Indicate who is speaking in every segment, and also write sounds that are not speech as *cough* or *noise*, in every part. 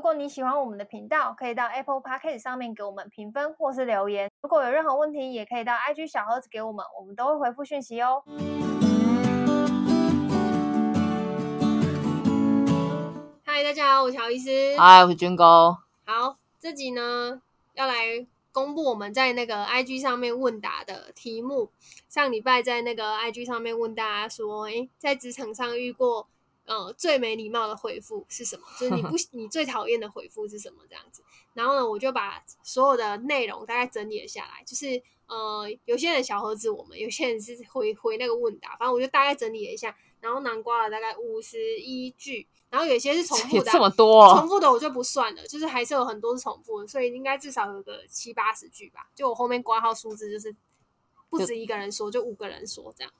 Speaker 1: 果你喜欢我们的频道，可以到 Apple Podcast 上面给我们评分或是留言。如果有任何问题，也可以到 IG 小盒子给我们，我们都会回复讯息哦。嗨，大家好，我是乔医师。
Speaker 2: 哎嗨，我是军哥。
Speaker 1: 好，这集呢要来公布我们在那个 IG 上面问答的题目。上礼拜在那个 IG 上面问大家说，诶、在职场上遇过呃最没礼貌的回复是什么？就是
Speaker 2: *laughs*
Speaker 1: 你不你最讨厌的回复是什么这样子。然后呢，我就把所有的内容大概整理了下来，就是呃有些人小盒子我们，有些人是回回那个问答，反正我就大概整理了一下，然后南瓜了大概五十一句，然后有些是重复
Speaker 2: 也
Speaker 1: 的啊、
Speaker 2: 这么多、
Speaker 1: 重
Speaker 2: 哦，
Speaker 1: 复的我就不算了，就是还是有很多是重复的，所以应该至少有个七八十句吧。就我后面挂号数字就是不止一个人说，就五个人说这样。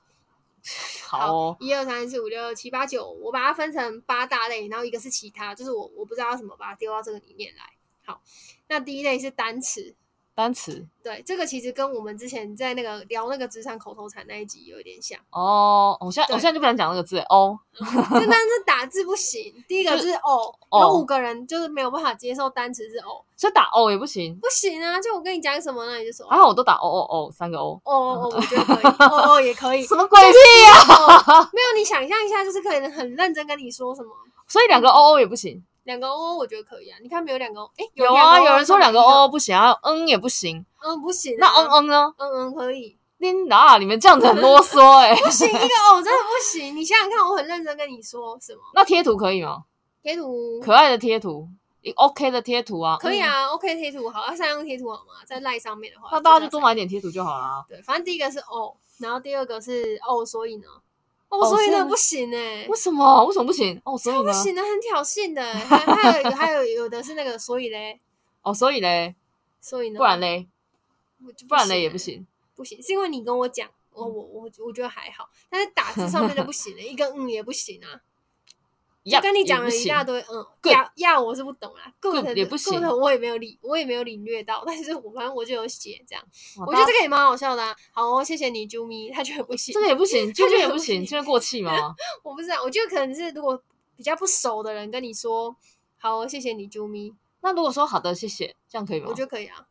Speaker 2: 好哦，
Speaker 1: 一二三四五六七八九，我把它分成八大类，然后一个是其他，就是我我不知道要怎么把它丢到这个里面来。好，那第一类是单词，
Speaker 2: 单词
Speaker 1: 对，这个其实跟我们之前在那个聊那个职场口头禅那一集有一点像，
Speaker 2: 哦。我现在
Speaker 1: 对
Speaker 2: 我现在就不想讲这个字哦。
Speaker 1: 就但是打字不行。第一个就是哦，
Speaker 2: 哦
Speaker 1: 有五个人就是没有办法接受单词是哦，
Speaker 2: 所以打哦也不行，
Speaker 1: 不行啊！就我跟你讲什么，那你就说哦
Speaker 2: 还好我都打哦哦哦三个哦。
Speaker 1: 哦哦，我觉得可以，哦哦也
Speaker 2: *laughs*
Speaker 1: 可以。
Speaker 2: 什么鬼屁啊！
Speaker 1: 哦没有，你想象一下，就是可能很认真跟你说什么。
Speaker 2: 所以两个哦哦也不行。
Speaker 1: 两个哦，我觉得可以啊。你看，没有两个哦，哎，
Speaker 2: 有
Speaker 1: 两个
Speaker 2: 啊，
Speaker 1: 哦
Speaker 2: 有人说两个
Speaker 1: 就没
Speaker 2: 哦哦不行，还有嗯也不行。
Speaker 1: 一个，嗯，不行啊。
Speaker 2: 那嗯嗯呢？
Speaker 1: 嗯嗯可以，
Speaker 2: 琳达，你们这样子很啰嗦
Speaker 1: *laughs*
Speaker 2: 哎、
Speaker 1: 不行，一个哦真的不行。你想想看，我很认真跟你说什么
Speaker 2: 那贴图可以吗？
Speaker 1: 贴图，
Speaker 2: 可爱的贴图一，OK 的贴图啊。
Speaker 1: 可以
Speaker 2: 嗯。
Speaker 1: 啊，OK 贴图好，啊，善用贴图好吗？在赖上面的话，
Speaker 2: 那大家就
Speaker 1: 这
Speaker 2: 多
Speaker 1: 样才
Speaker 2: 买点贴图就好啦。
Speaker 1: 对，反正第一个是哦，然后第二个是哦，所以呢，哦
Speaker 2: 哦
Speaker 1: 所以
Speaker 2: 所以
Speaker 1: 呢
Speaker 2: 呢
Speaker 1: 不行哎，
Speaker 2: 为什么？为什么不行？哦，所以
Speaker 1: 不
Speaker 2: 呢？
Speaker 1: 行的，很挑衅的。欸还还有还有有的是那个，所以嘞，
Speaker 2: 哦，所以嘞，
Speaker 1: 所以呢，
Speaker 2: 不然嘞，
Speaker 1: 我就
Speaker 2: 不然嘞也不
Speaker 1: 欸，
Speaker 2: 行。嗯
Speaker 1: 不行，是因为你跟我讲，哦我我我我觉得还好，但是打字上面就不
Speaker 2: *laughs*
Speaker 1: 行了，一个嗯也不行啊，就
Speaker 2: Yup，
Speaker 1: 跟你
Speaker 2: 也
Speaker 1: 讲
Speaker 2: 不
Speaker 1: 了一
Speaker 2: 行
Speaker 1: 大堆嗯，
Speaker 2: Good
Speaker 1: 呀呀我是不懂啦 g o
Speaker 2: Good
Speaker 1: o
Speaker 2: 也不行
Speaker 1: 我也没有领我也没有领略到，但是我反正我就有写这样，
Speaker 2: 哇
Speaker 1: 我
Speaker 2: 大
Speaker 1: 觉
Speaker 2: 家
Speaker 1: 得这个也蛮好笑的啊。好哦，谢谢你啾咪，他觉得不行
Speaker 2: 这，个也不行，舅舅也不
Speaker 1: 不行
Speaker 2: 行，现在过气吗？
Speaker 1: 我不知道，我觉得可能是如果比较不熟的人跟你说，好哦，谢谢你啾咪，
Speaker 2: 那如果说好的，谢谢，这样可以吗
Speaker 1: 我？觉得可以啊。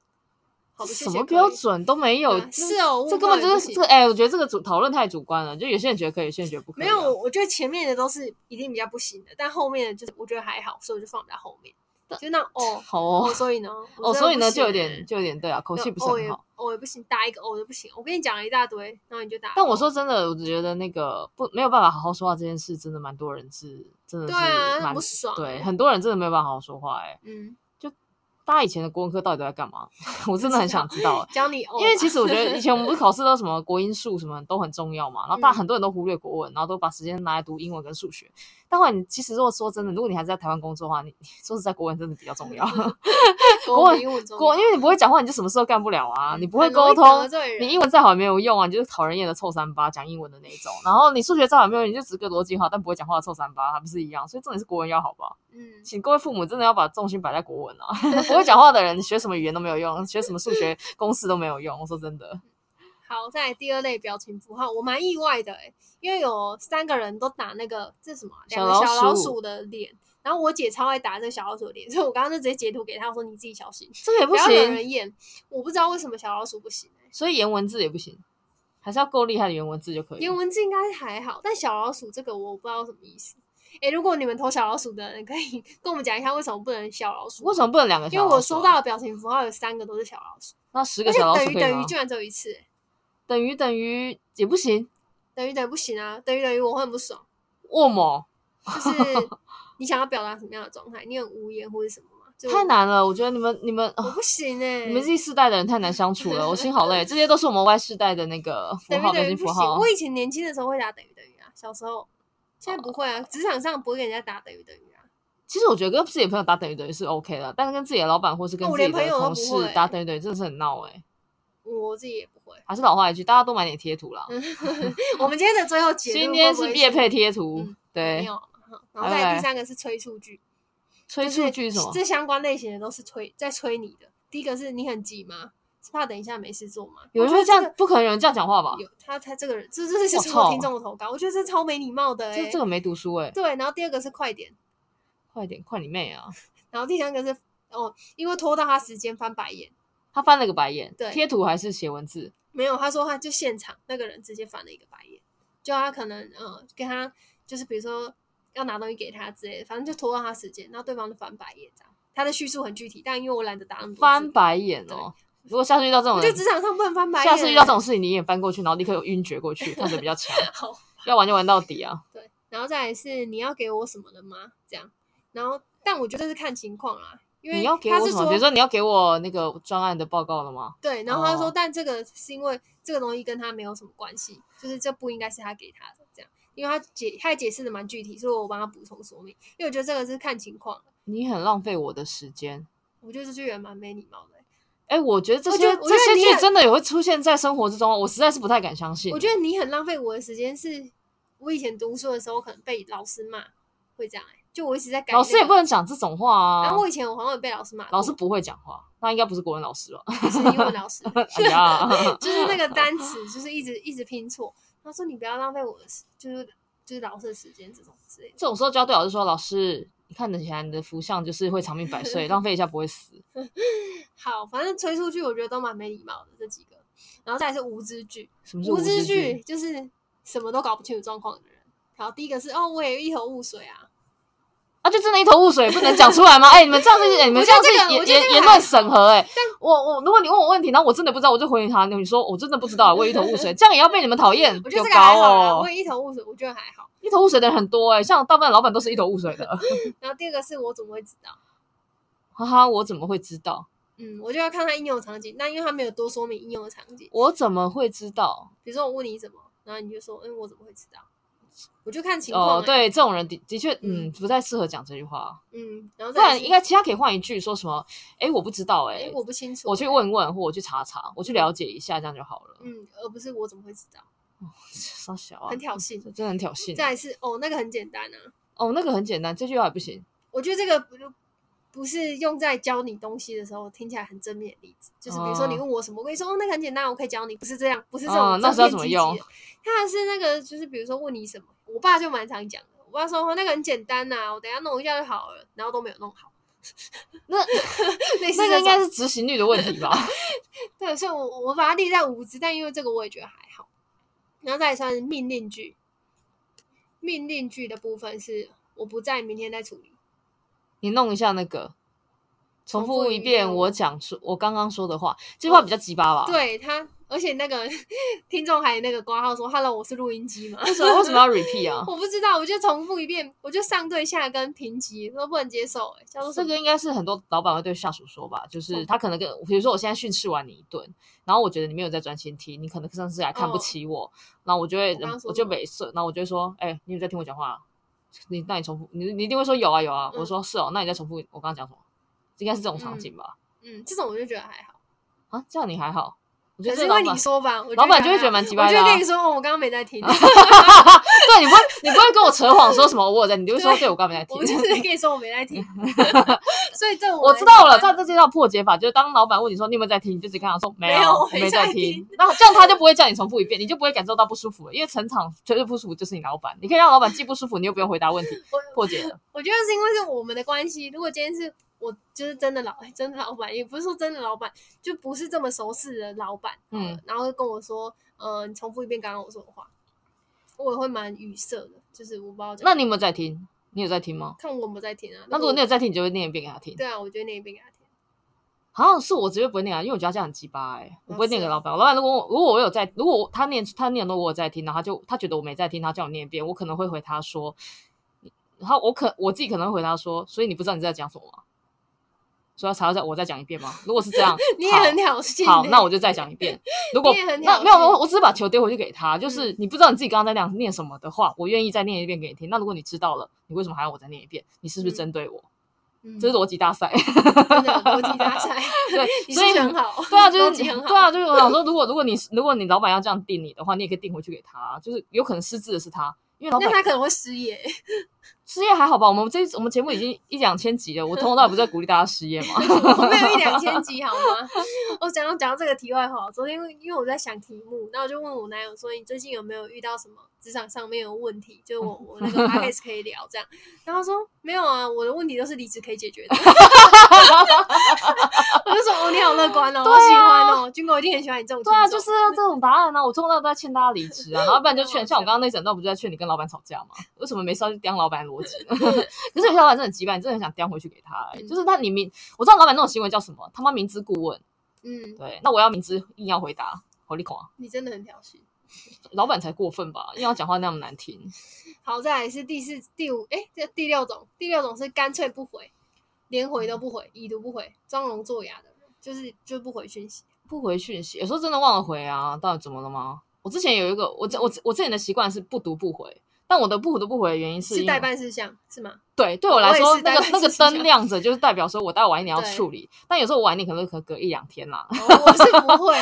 Speaker 1: 好的，谢
Speaker 2: 哦什
Speaker 1: 谢
Speaker 2: 么
Speaker 1: 可以
Speaker 2: 标准都没有
Speaker 1: 啊，是哦，
Speaker 2: 这
Speaker 1: 问
Speaker 2: 根
Speaker 1: 号也
Speaker 2: 本就
Speaker 1: 不
Speaker 2: 是
Speaker 1: 行
Speaker 2: 这哎，我觉得这个主讨论太主观了，就有些人觉得可以，有些人觉得不可以
Speaker 1: 没
Speaker 2: 啊。
Speaker 1: 有，我我觉得前面的都是一定比较不行的，但后面的就是我觉得还好，所以我就放在后面。就那哦
Speaker 2: 好
Speaker 1: 哦，
Speaker 2: 哦
Speaker 1: 所以呢，我
Speaker 2: 哦，
Speaker 1: 真的
Speaker 2: 所以
Speaker 1: 不
Speaker 2: 呢
Speaker 1: 行
Speaker 2: 就有
Speaker 1: 欸
Speaker 2: 点就有点对啊，口
Speaker 1: 那
Speaker 2: 气不是
Speaker 1: 哦也
Speaker 2: 很好。
Speaker 1: 哦也不行，打一个哦就不行。我跟你讲了一大堆，然后你就打。哦
Speaker 2: 但我说真的，我觉得那个不没有办法好好说话这件事，真的蛮多人是真的
Speaker 1: 对
Speaker 2: 是
Speaker 1: 啊，很
Speaker 2: 蛮
Speaker 1: 不爽。
Speaker 2: 对，，很多人真的没有办法好好说话哎。
Speaker 1: 嗯，
Speaker 2: 大家以前的国文科到底都在干嘛？ *laughs* 我真的很想知道哎。
Speaker 1: 教你哦吧，
Speaker 2: 因为其实我
Speaker 1: *laughs*
Speaker 2: 觉得以前我们不是考试都什么国英数什么都很重要嘛，然后大
Speaker 1: 嗯
Speaker 2: 家很多人都忽略国文，然后都把时间拿来读英文跟数学。但后来你其实如果说真的，如果你还是在台湾工作的话，你 *laughs* 你说实在国文真的比较重要。
Speaker 1: 嗯国文英文中
Speaker 2: 国文因为你不会讲话，你就什么事都干不了啊，
Speaker 1: 嗯
Speaker 2: 你不会沟通，，你英
Speaker 1: 文
Speaker 2: 文再好也没有用啊，你就是讨人厌的臭三八讲英文的那一种。然后你数学再好也没有用，你就只是个逻辑好但不会讲话的臭三八，还不是一样？所以重点是国文要好吧？
Speaker 1: 嗯
Speaker 2: 请各位父母真的要把重心摆在国文啊， *laughs* 不会讲话的人学什么语言都没有用，学什么数学公式都没有用。我说真的。
Speaker 1: 好，再来第二类表情符号，我蛮意外的哎、因为有三个人都打那个这是什么啊两
Speaker 2: 小
Speaker 1: 个小
Speaker 2: 老
Speaker 1: 老
Speaker 2: 鼠
Speaker 1: 鼠的脸，然后我姐超爱打这个小老鼠的脸，所以我刚刚就直接截图给她，我说你自己小心，
Speaker 2: 这个也
Speaker 1: 不
Speaker 2: 不
Speaker 1: 要惹
Speaker 2: 行，
Speaker 1: 人厌。我不知道为什么小老鼠不行哎、
Speaker 2: 所以颜文字也不行，还是要够厉害的颜文字就可以。
Speaker 1: 颜文字应该还好，但小老鼠这个我不知道什么意思。哎、如果你们投小老鼠的人，可以跟我们讲一下为什么不能小老鼠？
Speaker 2: 为什么？不能两个小
Speaker 1: 因为
Speaker 2: 老鼠啊？
Speaker 1: 我收到的表情符号有三个都是小老鼠，
Speaker 2: 那十
Speaker 1: 而
Speaker 2: 个
Speaker 1: 且
Speaker 2: 小老
Speaker 1: 等
Speaker 2: 鼠
Speaker 1: 于
Speaker 2: 可以
Speaker 1: 等
Speaker 2: 吗
Speaker 1: 于？居然只有一次、欸，
Speaker 2: 等于等于也不行，
Speaker 1: 等于等于不行啊，等于等于我会很不爽，
Speaker 2: 握某
Speaker 1: 就是
Speaker 2: *laughs*
Speaker 1: 你想要表达什么样的状态，你很无言或者什么吗？就
Speaker 2: 太，难了。我觉得你们你们、
Speaker 1: 我
Speaker 2: 啊
Speaker 1: 不行哎、
Speaker 2: 你们 Z 世代的人太难相处了，我心好
Speaker 1: *laughs*
Speaker 2: 累。这些都是我们 Y 世代的那个符
Speaker 1: 等于
Speaker 2: 号
Speaker 1: 等
Speaker 2: 表
Speaker 1: 于
Speaker 2: 情
Speaker 1: 不
Speaker 2: 符
Speaker 1: 行。
Speaker 2: 号啊
Speaker 1: 我。以前年轻的时候会打等于等于啊，小时候，现在不会啊，职场上不会给人家打等于等于啊。
Speaker 2: 其实我觉得跟自己的朋友打等于等于是 OK 的，但是跟自己的老板或是跟
Speaker 1: 我
Speaker 2: 自
Speaker 1: 连
Speaker 2: 己
Speaker 1: 朋
Speaker 2: 的
Speaker 1: 友都
Speaker 2: 同
Speaker 1: 不
Speaker 2: 事
Speaker 1: 会
Speaker 2: 打等于等于真的是很闹哎、
Speaker 1: 我自己也不会。
Speaker 2: 还是老话一句，大家多买点贴图啦。
Speaker 1: 我们今天的最后嗯结论，
Speaker 2: 今天是业配贴图，
Speaker 1: 嗯没
Speaker 2: 对，
Speaker 1: 有。然后再来第
Speaker 2: 拜拜
Speaker 1: 三个是催促句，
Speaker 2: 催
Speaker 1: 就是
Speaker 2: 促句是什么？
Speaker 1: 这相关类型的都是催在催你的。第一个是你很急吗？是怕等一下没事做吗？
Speaker 2: 有
Speaker 1: 我
Speaker 2: 人
Speaker 1: 觉得哦
Speaker 2: 会这
Speaker 1: 这
Speaker 2: 样，
Speaker 1: 个
Speaker 2: 不可能有人这样讲话吧？
Speaker 1: 有他他这个人，这这是
Speaker 2: 好
Speaker 1: 什么
Speaker 2: 臭
Speaker 1: 听众的投稿？我觉得这超没礼貌的哎、
Speaker 2: 这这个没读书哎、
Speaker 1: 对，然后第二个是快点，
Speaker 2: 快点，快你妹啊！
Speaker 1: 然后第三个是哦，因为拖到他时间翻白眼，
Speaker 2: 他翻了个白眼，
Speaker 1: 对
Speaker 2: 贴图还是写文字？
Speaker 1: 没有，他说他就现场那个人直接翻了一个白眼，就他可能呃跟他就是比如说要拿东西给他之类的，反正就拖到他时间，然后对方就翻白眼这样。他的叙述很具体，但因为我懒得打那么多字
Speaker 2: 翻，白眼哦。如果下次遇到这种
Speaker 1: 我觉
Speaker 2: 人
Speaker 1: 得，职场上不能翻白眼。
Speaker 2: 下次遇到这种事情，你也翻过去，然后立刻晕厥过去，看谁比
Speaker 1: *laughs*
Speaker 2: 较强，
Speaker 1: 好，
Speaker 2: 要玩就玩到底啊！
Speaker 1: 对，然后再来是你要给我什么了吗？这样，然后但我觉得这是看情况啦，因为
Speaker 2: 你要给
Speaker 1: 他
Speaker 2: 我
Speaker 1: 是
Speaker 2: 什么？比如说你要给我那个专案的报告了吗？
Speaker 1: 对，然后他说，
Speaker 2: 哦
Speaker 1: 但这个是因为这个东西跟他没有什么关系，就是这不应该是他给他的这样，因为他解他也解释的蛮具体，所以我帮他补充说明，因为我觉得这个是看情况的，
Speaker 2: 你很浪费我的时间。
Speaker 1: 我觉得这句人蛮没礼貌的欸、
Speaker 2: 哎，我觉得这
Speaker 1: 我
Speaker 2: 些
Speaker 1: 觉得我觉
Speaker 2: 这
Speaker 1: 得
Speaker 2: 些
Speaker 1: 你
Speaker 2: 剧
Speaker 1: 很
Speaker 2: 真的也会出现在生活之中，我实在是不太敢相信。
Speaker 1: 我觉得你很浪费我的时间，是我以前读书的时候可能被老师骂会这样、欸，就我一直在改、
Speaker 2: 老师也不能讲这种话
Speaker 1: 然
Speaker 2: 啊
Speaker 1: 后，我以前我好像也被老师骂过，
Speaker 2: 老师不会讲话，那应该不是国文
Speaker 1: *laughs*
Speaker 2: 老师吧？
Speaker 1: 是英文老
Speaker 2: *laughs*
Speaker 1: 师，，
Speaker 2: 哎呀
Speaker 1: 就是那个单词，就是一直一直拼错。他说你不要浪费我的时，就是就是老师的时间这种之类的。
Speaker 2: 这种时候就要对老师说，老师。你看得起来你的福相就是会长命
Speaker 1: *laughs*
Speaker 2: 百岁，浪费一下不会死。
Speaker 1: 好，反正吹出去我觉得都蛮没礼貌的这几个，然后再来是无知句，
Speaker 2: 什么是无
Speaker 1: 知
Speaker 2: 知句？
Speaker 1: 就是什么都搞不清楚状况的人。好，第一个是哦，我也一头雾水啊，
Speaker 2: 啊，就真的一头雾水，不能讲出来吗？哎、你们这样是，哎你们
Speaker 1: 我
Speaker 2: 这
Speaker 1: 觉得
Speaker 2: 样
Speaker 1: 这个
Speaker 2: 是
Speaker 1: 我
Speaker 2: 言
Speaker 1: 觉得这
Speaker 2: 言
Speaker 1: 个
Speaker 2: 言
Speaker 1: 还
Speaker 2: 论
Speaker 1: 好
Speaker 2: 审核、哎，我我，如果你问我问题，然后我真的不知道，我就回答你，你说我真的不知道，我也一头雾水，这样也要被你们讨厌，
Speaker 1: *laughs* 我觉得
Speaker 2: 有
Speaker 1: 这个还
Speaker 2: 高
Speaker 1: 好啦，我
Speaker 2: 哦。
Speaker 1: 也一头雾水，我觉得还好。
Speaker 2: 一头雾水的人很多哎、像大部分老板都是一头雾水的。 *laughs*
Speaker 1: 然后第二个是我怎么会知道？
Speaker 2: 哈哈，我怎么会知道？
Speaker 1: 嗯，我就要看他应用的场景，那因为他没有多说明应用的场景，
Speaker 2: 我怎么会知道？
Speaker 1: 比如说我问你什么，然后你就说，嗯，我怎么会知道？我就看情况、啊
Speaker 2: 哦，，对，这种人的的确，嗯，不太适合讲这句话。
Speaker 1: 嗯，然后
Speaker 2: 不
Speaker 1: 再来
Speaker 2: 然
Speaker 1: 是
Speaker 2: 应该其他可以换一句，说什么？哎、我不知道、
Speaker 1: 哎、
Speaker 2: 哎、
Speaker 1: 我不清楚、
Speaker 2: 我去问问，或我去查查，我去了解一下，这样就好了。 *laughs*
Speaker 1: 嗯，而不是我怎么会知道，
Speaker 2: 傻小啊
Speaker 1: 很，挑衅。
Speaker 2: 这真的很挑衅。
Speaker 1: 再来是哦，那个很简单啊，
Speaker 2: 哦，那个很简单，这句话也不行。
Speaker 1: 我觉得这个不不是用在教你东西的时候听起来很正面的例子，就是比如说你
Speaker 2: 哦
Speaker 1: 问我什么，我跟你说哦，那个很简单，我可以教你，不是这样，不是这
Speaker 2: 哦
Speaker 1: 种
Speaker 2: 那
Speaker 1: 正
Speaker 2: 时候
Speaker 1: 面
Speaker 2: 怎么
Speaker 1: 积极
Speaker 2: 用
Speaker 1: 的，他是那个就是比如说问你什么，我爸就蛮常讲的，我爸说哦那个很简单呐、我等一下弄一下就好了，然后都没有弄好。
Speaker 2: *laughs* 那
Speaker 1: 类似
Speaker 2: 那个
Speaker 1: 这
Speaker 2: 应该
Speaker 1: 种
Speaker 2: 是执行率的问题吧？
Speaker 1: *laughs* 对，所以我我把它列在无知，但因为这个我也觉得还好。然后再来算是命令句，命令句的部分是我不在，明天再处理。
Speaker 2: 你弄一下那个，重
Speaker 1: 重复
Speaker 2: 复一
Speaker 1: 一
Speaker 2: 遍
Speaker 1: 遍哦
Speaker 2: 我讲说我刚刚说的话，这句话比较鸡巴吧？，
Speaker 1: 对他，而且那个 *laughs* 听众还那个挂号说：“Hello，我是录音机嘛。
Speaker 2: 为什么为什么要 repeat ”啊？
Speaker 1: *laughs* 我不知道，我就重复一遍，我就上对下跟平级都不能接受、欸，叫做什
Speaker 2: 这
Speaker 1: 么
Speaker 2: 个应该是很多老板会对下属说吧，就
Speaker 1: 嗯
Speaker 2: 是他可能跟，比如说我现在训斥完你一顿，然后我觉得你没有在专心听，你可能甚至还看不
Speaker 1: 哦
Speaker 2: 起我，然后我就会
Speaker 1: 我刚刚说
Speaker 2: 我
Speaker 1: 什
Speaker 2: 就
Speaker 1: 么
Speaker 2: 没事，然后我就会说，哎、你有在听我讲话啊、你那你重复，你你一定会说有啊有啊，
Speaker 1: 嗯
Speaker 2: 我说是哦，那你再重复我刚刚讲什么？应该是这种
Speaker 1: 嗯
Speaker 2: 场景吧？
Speaker 1: 嗯，这种我就觉得还好。
Speaker 2: 啊，这样你还好，我觉
Speaker 1: 可是
Speaker 2: 得这
Speaker 1: 因
Speaker 2: 老
Speaker 1: 为
Speaker 2: 板
Speaker 1: 你说吧，我
Speaker 2: 老板就
Speaker 1: 还
Speaker 2: 会觉得
Speaker 1: 好
Speaker 2: 蛮鸡
Speaker 1: 我
Speaker 2: 巴的
Speaker 1: 就
Speaker 2: 啊
Speaker 1: 跟你说，哦，我刚刚没在
Speaker 2: *laughs*
Speaker 1: 听，
Speaker 2: 对，你不会，你不会跟我扯谎说什么，我有在，你就会说
Speaker 1: 对
Speaker 2: 对我刚没在听
Speaker 1: 我。就是跟你说我没在
Speaker 2: *laughs*
Speaker 1: 听。所以这
Speaker 2: 我
Speaker 1: 来
Speaker 2: 知道
Speaker 1: 说
Speaker 2: 了，
Speaker 1: 蛮
Speaker 2: 这样这就叫破解法，就是当老板问你说你有没有在听，你就只跟他说没
Speaker 1: 没有
Speaker 2: 我
Speaker 1: 没
Speaker 2: 没
Speaker 1: 在
Speaker 2: 在
Speaker 1: 听
Speaker 2: 听。那这样他就不会叫你重复一遍，你就不会感受到不舒服了，因为成场绝对不舒服就是你老板，你可以让老板既不舒服，你又不用回答问题
Speaker 1: *laughs* 我，
Speaker 2: 破解了。
Speaker 1: 我觉得是因为是我们的关系。如果今天是我就是真的老哎真的老板，也不是说真的老板，就不是这么熟识的老板，嗯
Speaker 2: 嗯，
Speaker 1: 然后跟我说，呃，你重复一遍刚刚我说的话，我也会蛮语塞的，就是我不知道怎么
Speaker 2: 那你有没有在听？你有在听吗？
Speaker 1: 看我有没有在听啊。
Speaker 2: 那如果你有在听，你就会念一遍给他听。
Speaker 1: 对啊，我就念一遍给他听。
Speaker 2: 好像是我直接不会念啊，因为我觉得这样很鸡巴哎，我不会念
Speaker 1: 是
Speaker 2: 给
Speaker 1: 哦
Speaker 2: 老板。我老板如果我如果我有在，如果我他念他念的我有在听，然后他就他觉得我没在听，他叫我念一遍，我可能会回他说，然后我可我自己可能会回他说，所以你不知道你在讲什么吗？所以要才要再我再讲一遍吗？如果是这样
Speaker 1: *laughs* ，你也
Speaker 2: 好
Speaker 1: 很挑衅欸、
Speaker 2: 好，那我就再讲一
Speaker 1: *laughs*
Speaker 2: 遍。如果
Speaker 1: 你也很欸嗯
Speaker 2: 那
Speaker 1: 挑
Speaker 2: 没有，
Speaker 1: 衅
Speaker 2: 我我只是把球丢回去给他，就是你不知道你自己刚刚在念念什么的话，我愿意再念一遍给你听。那如果你知道了，你为什么还要我再念一遍？你是不是
Speaker 1: 嗯
Speaker 2: 针对我？
Speaker 1: 嗯
Speaker 2: 这是逻辑大
Speaker 1: *laughs*
Speaker 2: 赛。
Speaker 1: 真的逻辑大
Speaker 2: *laughs*
Speaker 1: 赛，
Speaker 2: 对
Speaker 1: 你数
Speaker 2: 所以
Speaker 1: 学很好，
Speaker 2: *laughs* 对啊，就
Speaker 1: 逻
Speaker 2: 是
Speaker 1: 辑
Speaker 2: 你
Speaker 1: 很好，
Speaker 2: 对啊，就是我想说，如果如果你如果你老板要这样定你的话，你也可以定回去给他，就是有可能失智的是他，因为老板
Speaker 1: 那他可能会失业，
Speaker 2: 失业还好吧？我们这我们节目已经一两千集了，我从头到尾不是在鼓励大家失业 *laughs* 吗？
Speaker 1: 我没有一两千集好吗？ *laughs* 我讲到讲到这个题外话，昨天因为我在想题目，那我就问我男友说：“你最近有没有遇到什么职场上面的问题？”就
Speaker 2: *laughs*
Speaker 1: 我我那个 p a c a s 可以聊这样，然后他说没有啊，我的问题都是离职可以解
Speaker 2: *laughs*
Speaker 1: 决的。 *laughs* 我就说：“哦，你好乐观哦，
Speaker 2: 对
Speaker 1: 我喜
Speaker 2: 啊
Speaker 1: 欢哦，军哥一定很喜欢你这种。”
Speaker 2: 对啊，就是要这种答案啊！我从头到尾都在劝大家离职啊，然后不然就
Speaker 1: *laughs*
Speaker 2: 劝，像我刚刚那整段不是在劝你跟老板吵架吗？为什么没事要去刁老板的逻辑呢？ *laughs* 可是有些老板真的很急吧，你真的很想刁回去给他、欸
Speaker 1: 嗯
Speaker 2: *laughs* 就是他你明我知道老板那种行为叫什么，他妈明知故问。
Speaker 1: 嗯，
Speaker 2: 对，那我要明知硬要回答，好立孔啊！
Speaker 1: 你真的很挑衅。
Speaker 2: 老板才过分吧，硬要讲话那么难听。
Speaker 1: 好，再来是第四、第五，哎、这第六种，第六种是干脆不回，连回都不回，已读不回，装聋作哑的人，就是就不回讯息。
Speaker 2: 不回讯息，有时候真的忘了回啊，到底怎么了吗？我之前有一个，我这我我之前的习惯是不读不回，但我的不读不回的原因是因
Speaker 1: 是
Speaker 2: 为
Speaker 1: 代办事项是吗？
Speaker 2: 对，对我来
Speaker 1: 我
Speaker 2: 说
Speaker 1: 也，是
Speaker 2: 那个
Speaker 1: 大概
Speaker 2: 那个
Speaker 1: 是这样
Speaker 2: 灯亮着，就是代表说我待会晚一点要
Speaker 1: 啊对
Speaker 2: 处理。但有时候我晚一点可能可能隔一两天啦，
Speaker 1: 哦我是不
Speaker 2: *laughs*
Speaker 1: 会，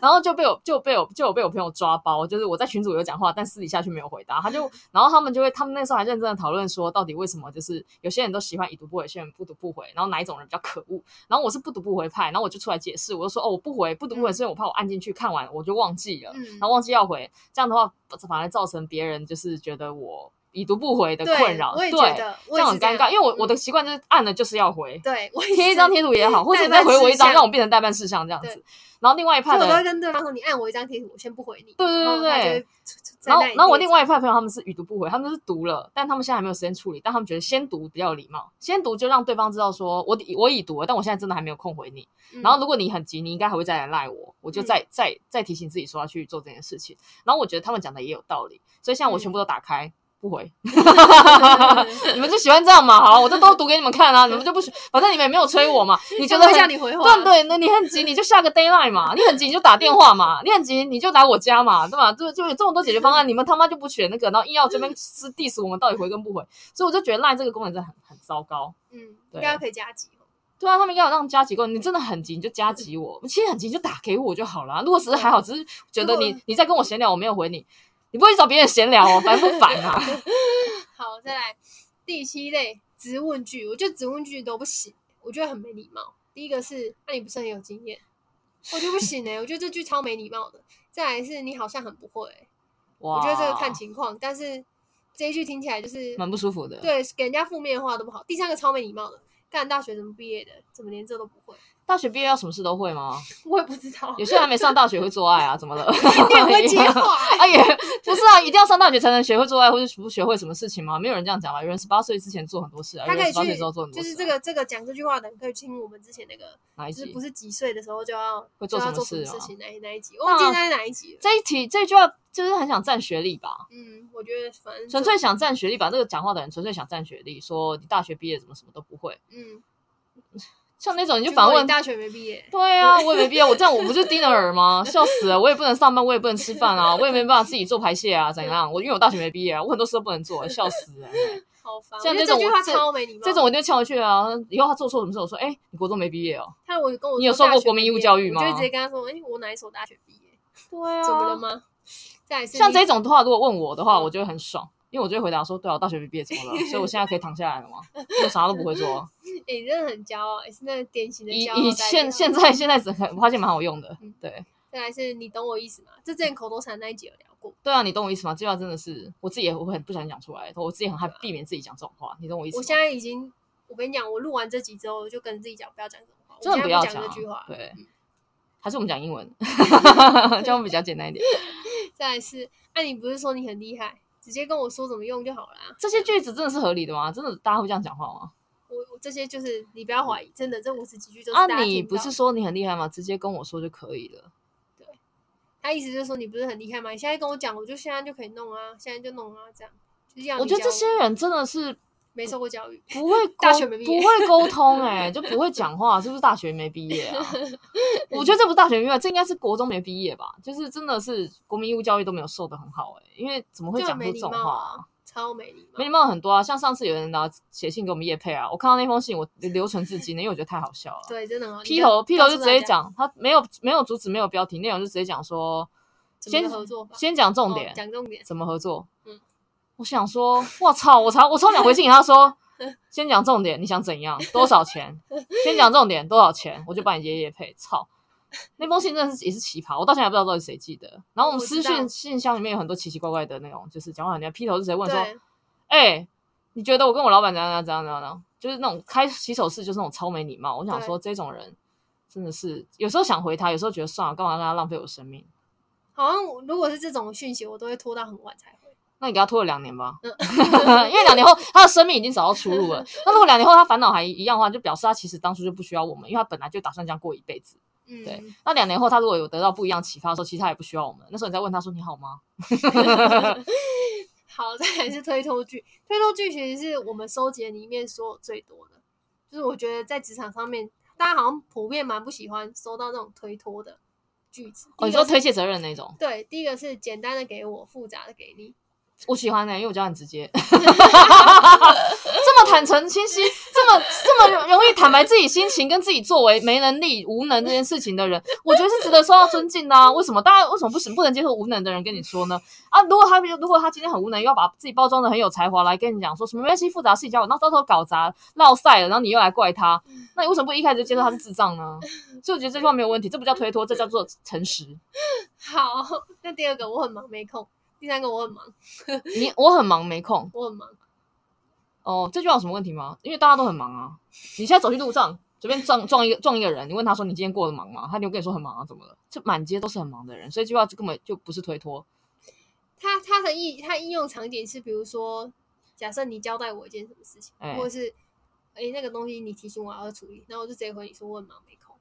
Speaker 2: 然后就被我就被我就有被我朋友抓包，就是我在群组有讲话，但私底下却没有回答。他就，然后他们就会，他们那时候还认真的讨论说，到底为什么就是有些人都喜欢已读不回，有些人不读不回，然后哪一种人比较可恶。然后我是不读不回派，然后我就出来解释，我就说哦，我不回不读不回，
Speaker 1: 嗯
Speaker 2: 是因为我怕我按进去看完我就忘记了，
Speaker 1: 嗯
Speaker 2: 然，后忘记要回，这样的话反而造成别人就是觉得我已读不回的困扰。
Speaker 1: 我也觉
Speaker 2: 对
Speaker 1: 得，
Speaker 2: 这
Speaker 1: 我也
Speaker 2: 样
Speaker 1: 是
Speaker 2: 很尴尬，因为我我的
Speaker 1: 嗯
Speaker 2: 习惯就是按了就是要回，
Speaker 1: 对我也
Speaker 2: 贴
Speaker 1: *laughs*
Speaker 2: 一
Speaker 1: 是
Speaker 2: 张，贴图
Speaker 1: *laughs*
Speaker 2: 也好，或者你再回我一张，让我变成代办事项这样子
Speaker 1: 对。
Speaker 2: 然后另外一
Speaker 1: 所
Speaker 2: 派
Speaker 1: 以我都会
Speaker 2: 的，
Speaker 1: 跟对方说，你按我一张贴图，我先不回你。
Speaker 2: 对对
Speaker 1: 然后他就
Speaker 2: 对
Speaker 1: 会
Speaker 2: 对。
Speaker 1: 在
Speaker 2: 然后
Speaker 1: 那里
Speaker 2: 然后我
Speaker 1: 念
Speaker 2: 另外一派朋友他们是已读不回，他们是读了，但他们现在还没有时间处理，但他们觉得先读比较有礼貌，先读就让对方知道说我已我已读了，但我现在真的还没有空回你。
Speaker 1: 嗯 *laughs*
Speaker 2: 然后如果你很急，你应该还会再来赖我，我就再、再再提醒自己说要去做这件事情。然后我觉得他们讲的也有道理，所以现在我全
Speaker 1: 嗯
Speaker 2: 部都打开。不回， *laughs* 你们就喜欢这样嘛？好，我这都读给你们看啊，你们就不喜，反正你们也没有催我嘛。你觉得
Speaker 1: 他
Speaker 2: 很
Speaker 1: 会叫你回话，
Speaker 2: 对对，那你很
Speaker 1: *laughs*
Speaker 2: 急，你就下个 d a y l i n e 嘛；你很急，你就打电话嘛；你很急，你就来我家嘛，对吧？就就有这么多解决方案，你们他妈就不选那个，然后硬要这边撕 diss 我们到底回跟不回，所以我就觉得 line 这个功能真的很很糟糕。
Speaker 1: 嗯，
Speaker 2: 对
Speaker 1: 应该可以加急。
Speaker 2: 对啊，他们要让加急功能，你真的很急你就加急我，其实很急你就打给我就好了啊。如果只是还好，只是觉得
Speaker 1: 如
Speaker 2: 你
Speaker 1: 果
Speaker 2: 你在跟我闲聊，我没有回你，你不会去找别人闲聊哦，烦不烦
Speaker 1: *laughs*
Speaker 2: 啊？
Speaker 1: 好，再来第七类质问句，我觉得质问句都不行，我觉得很没礼貌。第一个是，那、你不是很有经验？我觉得不行哎、我觉得这句超没礼貌的。再来是你好像很不会欸、
Speaker 2: 哇
Speaker 1: 我觉得这个看情况，但是这一句听起来就是
Speaker 2: 蛮不舒服的。，
Speaker 1: 对给人家负面的话都不好。第三个超没礼貌的，干大学怎么毕业的？怎么连这都不
Speaker 2: *laughs*
Speaker 1: 会？
Speaker 2: 大学毕业要什么事都会吗？
Speaker 1: 我也不知道，
Speaker 2: 有些人还没上大学会做爱啊，怎
Speaker 1: *laughs*
Speaker 2: 么了？
Speaker 1: 你也会接话、欸。
Speaker 2: *laughs* 哎呀，不是啊，一定要上大学才能学会做爱，或者不学会什么事情吗？没有人这样讲吧？有人十八岁之前做很多事啊，
Speaker 1: 他
Speaker 2: 有
Speaker 1: 可
Speaker 2: 人
Speaker 1: 以
Speaker 2: 十八岁
Speaker 1: 去
Speaker 2: 之后做很，多
Speaker 1: 就
Speaker 2: 事、啊。
Speaker 1: 是这个这个讲这句话的人可以听我们之前那个
Speaker 2: 哪一
Speaker 1: 就是
Speaker 2: 集
Speaker 1: 不？是几岁的时候就要
Speaker 2: 会
Speaker 1: 就
Speaker 2: 做
Speaker 1: 要
Speaker 2: 什么
Speaker 1: 做什么
Speaker 2: 事
Speaker 1: 事
Speaker 2: 啊
Speaker 1: 情哪一哪一集，我忘记
Speaker 2: 那
Speaker 1: 在哪一集了。
Speaker 2: 这一题这一句话就是很想占学历吧，
Speaker 1: 嗯，我觉得反正
Speaker 2: 纯
Speaker 1: 就
Speaker 2: 粹想占学历吧。这个讲话的人纯粹想占学历，说你大学毕业怎么什么都不
Speaker 1: *laughs*
Speaker 2: 会，
Speaker 1: 嗯，
Speaker 2: 像那种你就
Speaker 1: 结
Speaker 2: 反
Speaker 1: 果
Speaker 2: 问
Speaker 1: 你。大学没毕业，
Speaker 2: *laughs* 对啊，我也没毕业，我这样我不是低能儿吗？笑死了，我也不能上班，我也不能吃饭
Speaker 1: *laughs*
Speaker 2: 啊，我也没办法自己做排泄啊，怎样？我因为我大学没毕业啊，我很多事都不能做，笑
Speaker 1: *laughs*
Speaker 2: 死了。
Speaker 1: 好烦。我
Speaker 2: 像
Speaker 1: 觉得
Speaker 2: 这
Speaker 1: 这
Speaker 2: 种
Speaker 1: 句话
Speaker 2: 我这
Speaker 1: 超没礼貌。
Speaker 2: 这种我就呛回去啊！以后他做错什么事，我说：“哎、你国中没毕业哦。
Speaker 1: 他如果跟我
Speaker 2: 你有
Speaker 1: 说
Speaker 2: 受过
Speaker 1: 大学
Speaker 2: 国民
Speaker 1: 没
Speaker 2: 义务
Speaker 1: 毕业
Speaker 2: 教育
Speaker 1: 我就
Speaker 2: 吗
Speaker 1: 会直接跟他说，哎，我哪一所大学毕业？”
Speaker 2: 对啊
Speaker 1: 怎么了？吗？再来是
Speaker 2: 像
Speaker 1: 你
Speaker 2: 这种的话，如果问我的话，
Speaker 1: 嗯
Speaker 2: 我就会很爽，因为我就会回答说：“对啊，我大学没毕业，怎么了？所以我现在可以躺下来
Speaker 1: *laughs*
Speaker 2: 了嘛，因为我啥都不会做。啊
Speaker 1: 哎你真的很骄傲，也是那个典型的
Speaker 2: 以
Speaker 1: 骄傲
Speaker 2: 以
Speaker 1: 代表
Speaker 2: 现现在现在整个我发现蛮好用的
Speaker 1: 嗯，
Speaker 2: 对
Speaker 1: 再来是你懂我意思吗？这之前口头禅那一集有聊过，
Speaker 2: 对啊，你懂我意思吗？这句话真的是我自己也我很不想讲出来，我自己很害避免自己讲这种话，你懂我意思吗？
Speaker 1: 我现在已经，我跟你讲，我录完这集之后，我就跟自己讲，不要讲这种话，我
Speaker 2: 真的
Speaker 1: 现在
Speaker 2: 要
Speaker 1: 讲
Speaker 2: 讲
Speaker 1: 这
Speaker 2: 啊
Speaker 1: 句话。嗯
Speaker 2: 对，还是我们讲英
Speaker 1: *laughs*
Speaker 2: 文，这样比较简单一点。
Speaker 1: 再来是，那你不是说你很厉害，直接跟我说怎么用就好啦。
Speaker 2: 这些句子真的是合理的吗？真的大家会这样讲话吗？
Speaker 1: 我我这些就是你不要怀疑，真的这五十几句就是
Speaker 2: 啊
Speaker 1: 大家，
Speaker 2: 你
Speaker 1: 听
Speaker 2: 不
Speaker 1: 到
Speaker 2: 是
Speaker 1: 的
Speaker 2: 说你很厉害吗？直接跟我说就可以了。
Speaker 1: 他意思就是说你不是很厉害吗？你现在跟我讲，我就现在就可以弄啊，现在就弄啊，这样。就这样
Speaker 2: 我觉得这些人真的是
Speaker 1: 没受过教育，
Speaker 2: 不会沟
Speaker 1: 大学没毕
Speaker 2: 不
Speaker 1: 业
Speaker 2: 会沟通、哎， *laughs* 就不会讲话，是不是大学没毕业
Speaker 1: *laughs*
Speaker 2: 啊？我觉得这不是大学没毕业，这应该是国中没毕业吧？就是真的是国民义务教育都没有受的很好、哎，因为怎么会
Speaker 1: 就很
Speaker 2: 讲出
Speaker 1: 没
Speaker 2: 这
Speaker 1: 礼
Speaker 2: 种
Speaker 1: 貌
Speaker 2: 话啊、
Speaker 1: 啊，超没礼貌
Speaker 2: 没。礼貌很多啊，像上次有人拿写信给我们叶佩啊，我看到那封信我留存至今呢，因为我觉得太好笑了。
Speaker 1: 对，真的很好。你
Speaker 2: 劈
Speaker 1: 不要
Speaker 2: 头劈头
Speaker 1: 告
Speaker 2: 就
Speaker 1: 诉
Speaker 2: 直
Speaker 1: 大
Speaker 2: 接
Speaker 1: 家
Speaker 2: 讲，他没有没有主旨，没有标题，内容就直接讲说，
Speaker 1: 怎么
Speaker 2: 先
Speaker 1: 个合作法，
Speaker 2: 先讲重
Speaker 1: 哦
Speaker 2: 点，
Speaker 1: 讲重点。
Speaker 2: 怎么合作？
Speaker 1: 嗯
Speaker 2: 我想说，我操，我才我抽两回信给
Speaker 1: *laughs*
Speaker 2: 他说，先讲重点，你想怎样？多少钱？先讲重点，多少钱？我就把你爷爷配。操，那封信真的是也是奇葩，我到现在还不知道到底谁寄的。然后我们
Speaker 1: 我
Speaker 2: 私
Speaker 1: 知道
Speaker 2: 信信箱里面有很多奇奇怪怪的内容，就是讲话很娘，劈头是谁问说，
Speaker 1: 对，
Speaker 2: 哎、你觉得我跟我老板怎样怎样怎样怎样？就是那种开洗手室就是那种超没礼貌。我想说，这种人真的是有时候想回他，有时候觉得算了，干嘛让他浪费我生命？
Speaker 1: 好像我如果是这种讯息，我都会拖到很晚才回。
Speaker 2: 那你给他拖了两年吧，
Speaker 1: 嗯
Speaker 2: *laughs* 因为两年后他的生命已经找到出路了。那如果两年后他烦恼还一样的话，就表示他其实当初就不需要我们，因为他本来就打算这样过一辈子。
Speaker 1: 嗯，
Speaker 2: 对，那两年后他如果有得到不一样启发的时候，其实他也不需要我们。那时候你再问他说你好吗？
Speaker 1: 好，再来是推脱剧。推脱剧其实是我们收集的里面所有最多的，就是我觉得在职场上面，大家好像普遍蛮不喜欢收到那种推脱的句子。第一
Speaker 2: 哦，你
Speaker 1: 个
Speaker 2: 说
Speaker 1: 是
Speaker 2: 推卸责任那种，
Speaker 1: 对，第一个是简单的给我，复杂的给你。
Speaker 2: 我喜欢呢、欸因为我觉得很直接，这么坦诚清晰，这么这么容易坦白自己心情跟自己作为没能力、无能这件事情的人，我觉得是值得受到尊敬的啊。为什么大家为什么不行不能接受无能的人跟你说呢？啊，如果他如果他今天很无能，又要把自己包装的很有才华来跟你讲说什么没关系，复杂事情交我，那到时候搞砸闹赛了，然后你又来怪他，那你为什么不一开始就接受他是智障呢？所以我觉得这句话没有问题，这不叫推脱，这叫做诚实。
Speaker 1: 好，那第二个我很忙没空，第三个我很忙，
Speaker 2: 你我很忙没空，
Speaker 1: 我很忙。
Speaker 2: 哦，这句话有什么问题吗？因为大家都很忙啊。你现在走去路上，随便撞撞一个撞一个人，你问他说你今天过得忙吗？他就跟你说很忙啊，怎么了？这满街都是很忙的人，所以这句话根本就不是推脱。
Speaker 1: 它它的意它应用场景是，比如说，假设你交代我一件什么事情，
Speaker 2: 哎
Speaker 1: 或者是哎、那个东西你提醒我要处理，然后我就直接回你说我很忙没空。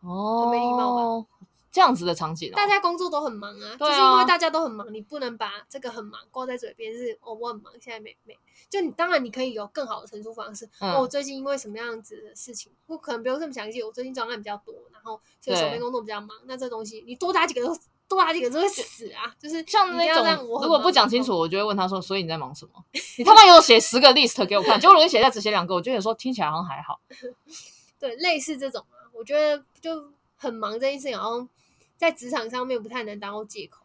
Speaker 2: 哦，
Speaker 1: 很没礼貌
Speaker 2: 吧？这样子的场景、哦，
Speaker 1: 大家工作都很忙啊，
Speaker 2: 对啊
Speaker 1: 就是因为大家都很忙，你不能把这个很忙挂在嘴边，是哦我很忙，现在没没。就你当然你可以有更好的陈述方式，
Speaker 2: 嗯
Speaker 1: 哦我最近因为什么样子的事情，我可能不用这么详细，我最近专案比较多，然后所以手边
Speaker 2: 对
Speaker 1: 工作比较忙，那这东西你多打几个都多打几个就会死啊，就是
Speaker 2: 像
Speaker 1: 你一定要
Speaker 2: 那
Speaker 1: 让
Speaker 2: 种
Speaker 1: 我很
Speaker 2: 如果
Speaker 1: 忙哦
Speaker 2: 不讲
Speaker 1: 没
Speaker 2: 清
Speaker 1: 空
Speaker 2: 楚，我就会问他说：“所以你在忙
Speaker 1: *laughs*
Speaker 2: 什么？你他妈有写十个 list 给我看，结果如果你写下只写两个，我就想说听起来好像还好。
Speaker 1: 对，类似这种啊，我觉得就很忙这件事情，好像在职场上面不太能当做借口。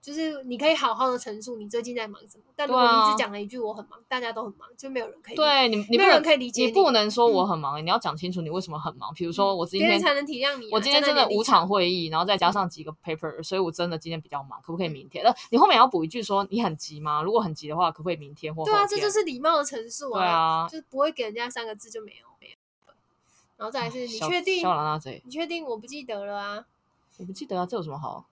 Speaker 1: 就是你可以好好的陈述你最近在忙什么，但如果
Speaker 2: 对啊
Speaker 1: 你只讲了一句我很忙，大家都很忙，就没有人可以理解，
Speaker 2: 对你，啊你
Speaker 1: 没
Speaker 2: 不
Speaker 1: 有人
Speaker 2: 能
Speaker 1: 可以理解嗯
Speaker 2: 你不能说我很忙，你要讲清楚你为什么很忙。比如说我今
Speaker 1: 别
Speaker 2: 天
Speaker 1: 人才能体谅你啊、
Speaker 2: 我今天
Speaker 1: 站
Speaker 2: 真
Speaker 1: 在
Speaker 2: 的
Speaker 1: 你
Speaker 2: 五
Speaker 1: 立场
Speaker 2: 场会议，然后再加上几个 paper，所以我真的今天比较忙，可不可以明天？那你后面要补一句说你很急吗？如果很急的话，可不可以明天或后
Speaker 1: 对
Speaker 2: 天？
Speaker 1: 啊，这就是礼貌的陈述
Speaker 2: 对啊
Speaker 1: 就是不会给人家三个字就没有没有。然后再来是你
Speaker 2: 小
Speaker 1: 确定？
Speaker 2: 小兰娜这里，
Speaker 1: 你确定我不记得了啊？
Speaker 2: 我不记得啊，这有什么好？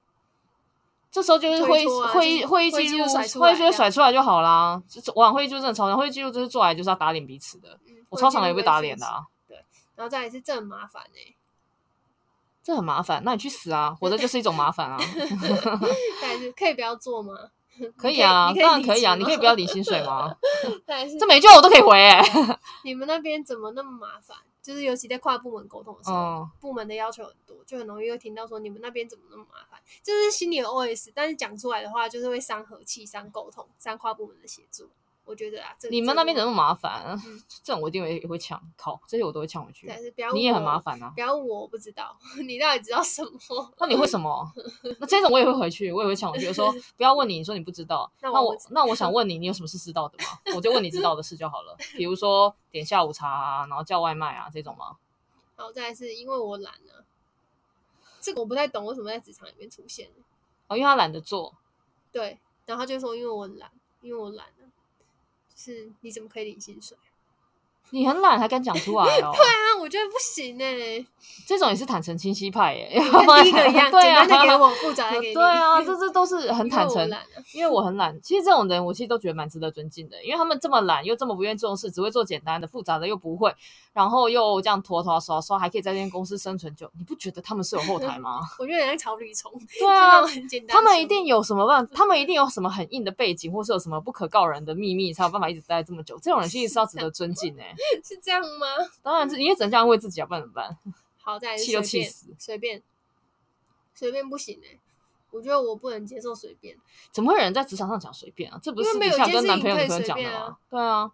Speaker 2: 这时候就是会议
Speaker 1: 推脱啊
Speaker 2: 会议
Speaker 1: 就是
Speaker 2: 会
Speaker 1: 会
Speaker 2: 议
Speaker 1: 议
Speaker 2: 记
Speaker 1: 记录
Speaker 2: 录，
Speaker 1: 甩出
Speaker 2: 会议
Speaker 1: 来
Speaker 2: 记录
Speaker 1: 这
Speaker 2: 甩出来就好啦。这晚会就真的超难，会议记录就是做来就是要打脸彼此的。
Speaker 1: 嗯
Speaker 2: 我超常也被打脸。
Speaker 1: 会记录会记
Speaker 2: 的啊，
Speaker 1: 录然后再来是这很麻烦哎、
Speaker 2: 这很麻烦。那你去死啊！活着就是一种麻
Speaker 1: *laughs*
Speaker 2: 烦啊。
Speaker 1: 再来是可以不要做吗？
Speaker 2: 可以啊，
Speaker 1: 你可以
Speaker 2: 当然可以啊，
Speaker 1: 离职吗
Speaker 2: 你可以不要领薪水吗？
Speaker 1: *laughs* 再来是
Speaker 2: 这每一句话我都可以回哎、
Speaker 1: 你们那边怎么那么麻烦？就是尤其在跨部门沟通的时候，
Speaker 2: *laughs* 嗯，
Speaker 1: 部门的要求很多，就很容易会听到说你们那边怎么那么麻烦，这是心里的 OS。但是讲出来的话，就是会伤和气、伤沟通、伤跨部门的协作。我觉得啊，这
Speaker 2: 你们那边怎么那么麻烦啊
Speaker 1: 嗯？
Speaker 2: *laughs* 这种我一定会也会抢，靠，这些我都会抢回去
Speaker 1: 对，。还是不要问
Speaker 2: 你也很麻
Speaker 1: 我，*laughs*
Speaker 2: 烦啊。
Speaker 1: 不要问我，我不知道 *laughs* 你到底知道什么。
Speaker 2: 那你会什么？那这种我也会回去，我也会抢回去。我说不要问你，你说你不知道。
Speaker 1: *laughs* 那
Speaker 2: 那
Speaker 1: 我
Speaker 2: 我
Speaker 1: 不知
Speaker 2: 那我想问你，你有什么是知道的吗？我就问你知道的事就好了。比如说点下午茶啊，然后叫外卖啊这种吗？
Speaker 1: 然后再来是因为我懒啊，这个我不太懂为什么在职场里面出现。
Speaker 2: 哦，因为他懒得做，
Speaker 1: 对，然后他就说因为我懒，因为我懒啊，就是你怎么可以领薪水？ *laughs*
Speaker 2: 你很懒还敢讲出来哦。
Speaker 1: 对啊，我觉得不行哎、
Speaker 2: 这种也是坦诚清晰派耶，
Speaker 1: 跟 *laughs* 第一个一样，
Speaker 2: *laughs* 对啊，
Speaker 1: 简单的给我，复杂的给你。
Speaker 2: 对啊，这这都是
Speaker 1: 因
Speaker 2: 很
Speaker 1: 为
Speaker 2: 坦
Speaker 1: 我
Speaker 2: 诚。
Speaker 1: 懒啊
Speaker 2: 因为我很懒，其实这种人我其实都觉得蛮值得尊敬的，因为他们这么懒又这么不愿意重视，只会做简单的，复杂的又不会，然后又这样拖拖刷刷，还可以在这间公司生存久，你不觉得他们是有后
Speaker 1: *laughs*
Speaker 2: 台吗？
Speaker 1: 我觉得有点像草履虫，
Speaker 2: 对
Speaker 1: 就
Speaker 2: 啊
Speaker 1: 那种，很简单的
Speaker 2: 他们
Speaker 1: 生
Speaker 2: 一
Speaker 1: 活
Speaker 2: 定有什么办，他们一定有什么很硬的背景，或是有什么不可告人的秘密，才有办法一直待这么久。这种人其实是要值得尊敬哎、
Speaker 1: 是这样吗？
Speaker 2: 当然是，你也只能这样安慰自己啊，不然怎么办？
Speaker 1: 好，再来
Speaker 2: 气都
Speaker 1: 是随
Speaker 2: 气
Speaker 1: 便
Speaker 2: 死，
Speaker 1: 随便，随便不行哎、我觉得我不能接受随便，
Speaker 2: 怎么会有人在职场上讲随便啊？这不是
Speaker 1: 因为没
Speaker 2: 私底
Speaker 1: 有
Speaker 2: 下
Speaker 1: 一件
Speaker 2: 跟
Speaker 1: 事
Speaker 2: 男
Speaker 1: 情
Speaker 2: 朋友
Speaker 1: 可
Speaker 2: 女
Speaker 1: 以
Speaker 2: 朋友
Speaker 1: 随
Speaker 2: 讲
Speaker 1: 便
Speaker 2: 的
Speaker 1: 啊
Speaker 2: 吗？对啊，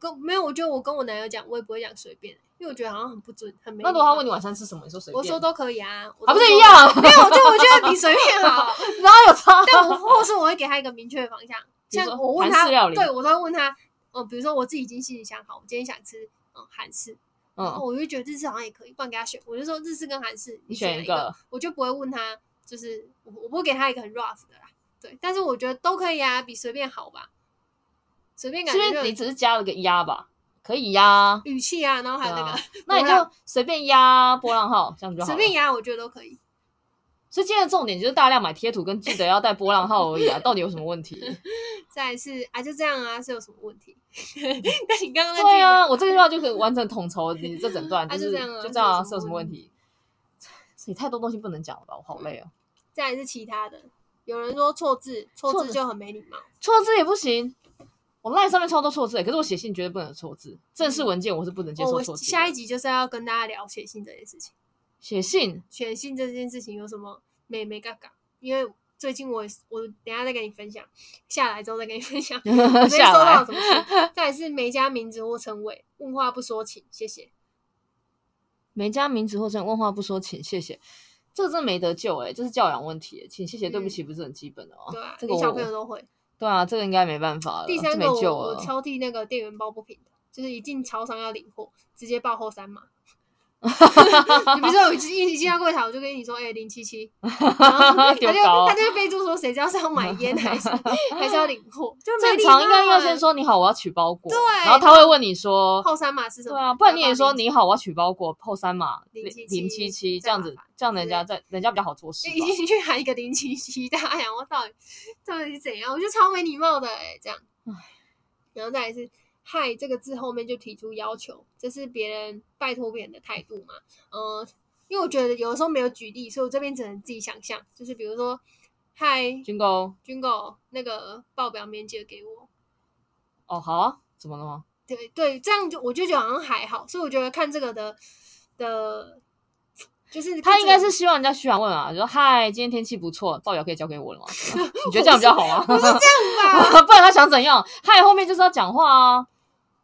Speaker 1: 跟没有，我觉得我跟我男友讲，我也不会讲随便，因为我觉得好像很不尊，很没。
Speaker 2: 那如果他问你，晚餐吃什么，你说随便，
Speaker 1: 我说都可以啊，我
Speaker 2: 还
Speaker 1: 都
Speaker 2: 不是
Speaker 1: 说
Speaker 2: 一？样？
Speaker 1: 没有，就我觉得比随便好，
Speaker 2: 哪有差？
Speaker 1: *laughs* 但我或是我会给他一个明确的方向。
Speaker 2: 比如
Speaker 1: 像
Speaker 2: 说
Speaker 1: 我问
Speaker 2: 韩
Speaker 1: 他，
Speaker 2: 式料理，
Speaker 1: 对我都会问他，哦、比如说我自己已经心里想好，我今天想吃嗯韩式，然
Speaker 2: 嗯
Speaker 1: 后，我就觉得日式好像也可以，不然给他选，我就说日式跟韩式，
Speaker 2: 你
Speaker 1: 哦你
Speaker 2: 选
Speaker 1: 选
Speaker 2: 一
Speaker 1: 一
Speaker 2: 个
Speaker 1: 个，我就不会问他，就是我我不会给他一个很 rough 的啦，对，但是我觉得都可以啊，比随便好吧，随便感
Speaker 2: 是
Speaker 1: 觉
Speaker 2: 不
Speaker 1: 就是很
Speaker 2: 你只是加了个鸭吧？可以呀，
Speaker 1: *laughs* 语气啊，然后还有那
Speaker 2: 对
Speaker 1: 个 *laughs*
Speaker 2: 啊那你
Speaker 1: 波浪
Speaker 2: 就随便压波浪号，这样就好了。
Speaker 1: 随便压，我觉得都可以。
Speaker 2: 所以今天的重点就是大量买贴图，跟记得要带波浪号而已啊，到底有什么问题？
Speaker 1: 再来是啊，就这样啊，是有什么问题？ *laughs* 那你 *laughs* 刚刚那句
Speaker 2: 对啊，我这个句话就可以完整统筹你这整
Speaker 1: *laughs*
Speaker 2: 段，
Speaker 1: 啊
Speaker 2: 是
Speaker 1: 就这样啊
Speaker 2: 就这样啊，是
Speaker 1: 是
Speaker 2: 有
Speaker 1: 有
Speaker 2: 什
Speaker 1: 什
Speaker 2: 么
Speaker 1: 么
Speaker 2: 问
Speaker 1: 问
Speaker 2: 题？ *laughs* 这也太多东西不能讲了吧，我好累哦。
Speaker 1: 再来是其他的，有人说错字，
Speaker 2: 错
Speaker 1: 错字
Speaker 2: 字
Speaker 1: 就很没礼貌。
Speaker 2: 错字也不行，我赖上面超多错字的，可是我写信绝对不能有错字，正式文件我是不能接
Speaker 1: 哦，
Speaker 2: 受
Speaker 1: 我
Speaker 2: 错字的。
Speaker 1: 下一集就是要跟大家聊写信这件事情。
Speaker 2: 写信
Speaker 1: 写信这件事情有什么美美嘎嘎？因为最近我也是我等一下再跟你分享，下来之后再跟你分
Speaker 2: *laughs*
Speaker 1: 享。我最近
Speaker 2: 下
Speaker 1: 收到
Speaker 2: 来
Speaker 1: 了什么信？再来是没加名字或称谓，问话不说请，谢谢。
Speaker 2: 没加名字或者问话不说，请谢谢，这个真的没得救哎、这是教养问题、欸，请谢谢对
Speaker 1: 嗯
Speaker 2: 不起不是很基本的哦。
Speaker 1: 对啊，
Speaker 2: 这个
Speaker 1: 连小
Speaker 2: 我
Speaker 1: 朋友都会。
Speaker 2: 对啊，这个应该没办法了，
Speaker 1: 第
Speaker 2: 这
Speaker 1: 三
Speaker 2: 没
Speaker 1: 个
Speaker 2: 救
Speaker 1: 我我
Speaker 2: 了。
Speaker 1: 挑剔那个店员抱不平的，就是一进超商要领货，直接报后三码。 *laughs* 你不是有一次一一进到柜台，我就跟你说，哎、零七七，然后他
Speaker 2: *laughs*
Speaker 1: 就
Speaker 2: 丢高
Speaker 1: 他就备注说，谁知道是要买烟还是 *laughs* 还是要领
Speaker 2: *laughs*
Speaker 1: 货，就没
Speaker 2: 正
Speaker 1: 礼
Speaker 2: 常应该要
Speaker 1: 貌
Speaker 2: 先说你好，我要取包裹，
Speaker 1: 对
Speaker 2: 然后他会问你说，
Speaker 1: 后三码是什
Speaker 2: 对
Speaker 1: 么？
Speaker 2: 啊，不然你也
Speaker 1: 要
Speaker 2: 说
Speaker 1: 报零
Speaker 2: 你好，我要取包裹，后三码零
Speaker 1: 077
Speaker 2: 零七七这
Speaker 1: 再
Speaker 2: 样
Speaker 1: 麻
Speaker 2: 子
Speaker 1: 烦，
Speaker 2: 这样人
Speaker 1: 之
Speaker 2: 家
Speaker 1: 类
Speaker 2: 在人家比较好做事吧。
Speaker 1: 已经去喊一个零七七，大家想我到底到底是怎样？我就超没礼貌的哎、这样
Speaker 2: 唉。
Speaker 1: 然后再来是“嗨”这个字后面就提出要求，这是别人拜托别人的态度嘛？呃，因为我觉得有的时候没有举例，所以我这边只能自己想象，就是比如说“嗨，
Speaker 2: 军哥，
Speaker 1: 军狗，那个报表面记得给我。”
Speaker 2: 哦，好啊，怎么了吗？
Speaker 1: 对对，这样就我就觉得好像还好，所以我觉得看这个的的，就是
Speaker 2: 他
Speaker 1: 看
Speaker 2: 应
Speaker 1: 这
Speaker 2: 该
Speaker 1: 个
Speaker 2: 是希望人家嘘寒问暖，就说嗨，今天天气不错，报表可以交给我了吗？ *laughs* 你觉得这样比较好吗？ *laughs* 不是
Speaker 1: 吧
Speaker 2: 不然他想怎样？嗨，后面就是要讲话啊。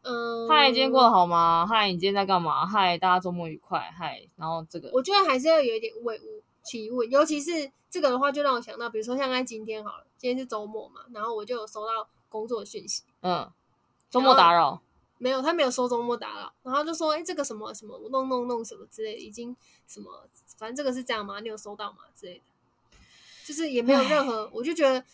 Speaker 1: 嗯，
Speaker 2: 嗨，今天过得好吗？嗨，你今天在干嘛？嗨，大家周末愉快。嗨，然后这个
Speaker 1: 我觉得还是要有一点伪无其问，尤其是这个的话，就让我想到，比如说像在今天好了，今天是周末嘛，然后我就有收到工作的讯息，
Speaker 2: 嗯，周末打扰，
Speaker 1: 没有，他没有说周末打扰，然后就说，哎、这个什么什么弄弄弄什么之类的，已经什么，反正这个是这样吗？你有收到吗？之类的，就是也没有任何，我就觉得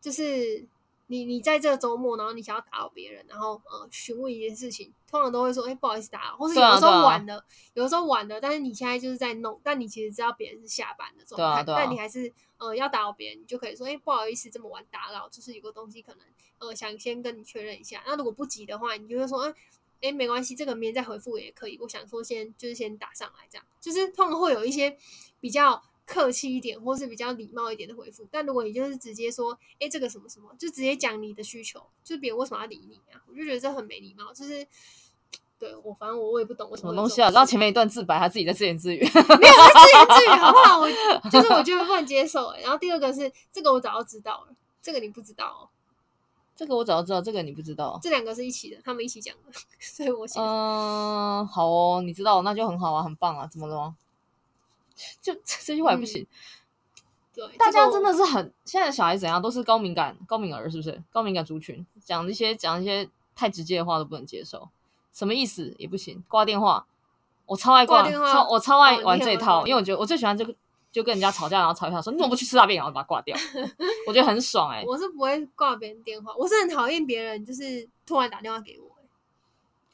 Speaker 1: 就是。你你在这个周末，然后你想要打扰别人，然后呃询问一件事情，通常都会说，哎、不好意思打扰，或是有
Speaker 2: 对啊
Speaker 1: 的时
Speaker 2: 对
Speaker 1: 候
Speaker 2: 啊
Speaker 1: 晚了，有的时候晚了，但是你现在就是在弄，但你其实知道别人是下班的状态，
Speaker 2: 对啊对啊
Speaker 1: 但你还是呃要打扰别人，你就可以说，哎、不好意思，这么晚打扰，就是有个东西可能呃想先跟你确认一下。那如果不急的话，你就会说，哎、哎、没关系，这个明天再回复也可以。我想说先就是先打上来，这样就是他们会有一些比较客气一点，或是比较礼貌一点的回复。但如果你就是直接说，哎、这个什么什么，就直接讲你的需求，就是别人为什么要理你啊？我就觉得这很没礼貌，就是。对我，反正我我也不懂为
Speaker 2: 什
Speaker 1: 么
Speaker 2: 么
Speaker 1: 会
Speaker 2: 东
Speaker 1: 有这
Speaker 2: 西啊？
Speaker 1: 种
Speaker 2: 然后前面一段自白，他自己在自言自 *laughs* 语。
Speaker 1: 没有是自言自语，好不好？我就是我觉得不能接受、欸。然后第二个是这个我早就知道了，这个你不知道、哦，
Speaker 2: 这个我早就知道，这个你不知道。
Speaker 1: 这两个是一起的，他们一起讲的， *laughs* 所以我写的、
Speaker 2: 嗯，好哦，你知道，那就很好啊，很棒啊，怎么了吗？就这这句话也不行，
Speaker 1: 对。
Speaker 2: 大
Speaker 1: 这个
Speaker 2: 家
Speaker 1: 我
Speaker 2: 真的是很现在的小孩怎样都是高敏感、高敏儿，是不是？高敏感族群讲一些讲一些太直接的话都不能接受，什么意思也不行。挂电话，我超爱挂，
Speaker 1: 挂电话
Speaker 2: 超我超爱
Speaker 1: 哦
Speaker 2: 玩
Speaker 1: 你
Speaker 2: 这
Speaker 1: 很
Speaker 2: 一
Speaker 1: 会
Speaker 2: 套，
Speaker 1: 挂
Speaker 2: 因为我觉得我最喜欢这个，就跟人家吵架，然后吵一下 *laughs* 说你怎么不去吃大便，然后把它挂掉，我觉得很爽哎、
Speaker 1: 我是不会挂别人电话，我是很讨厌别人就是突然打电话给我、欸
Speaker 2: *laughs*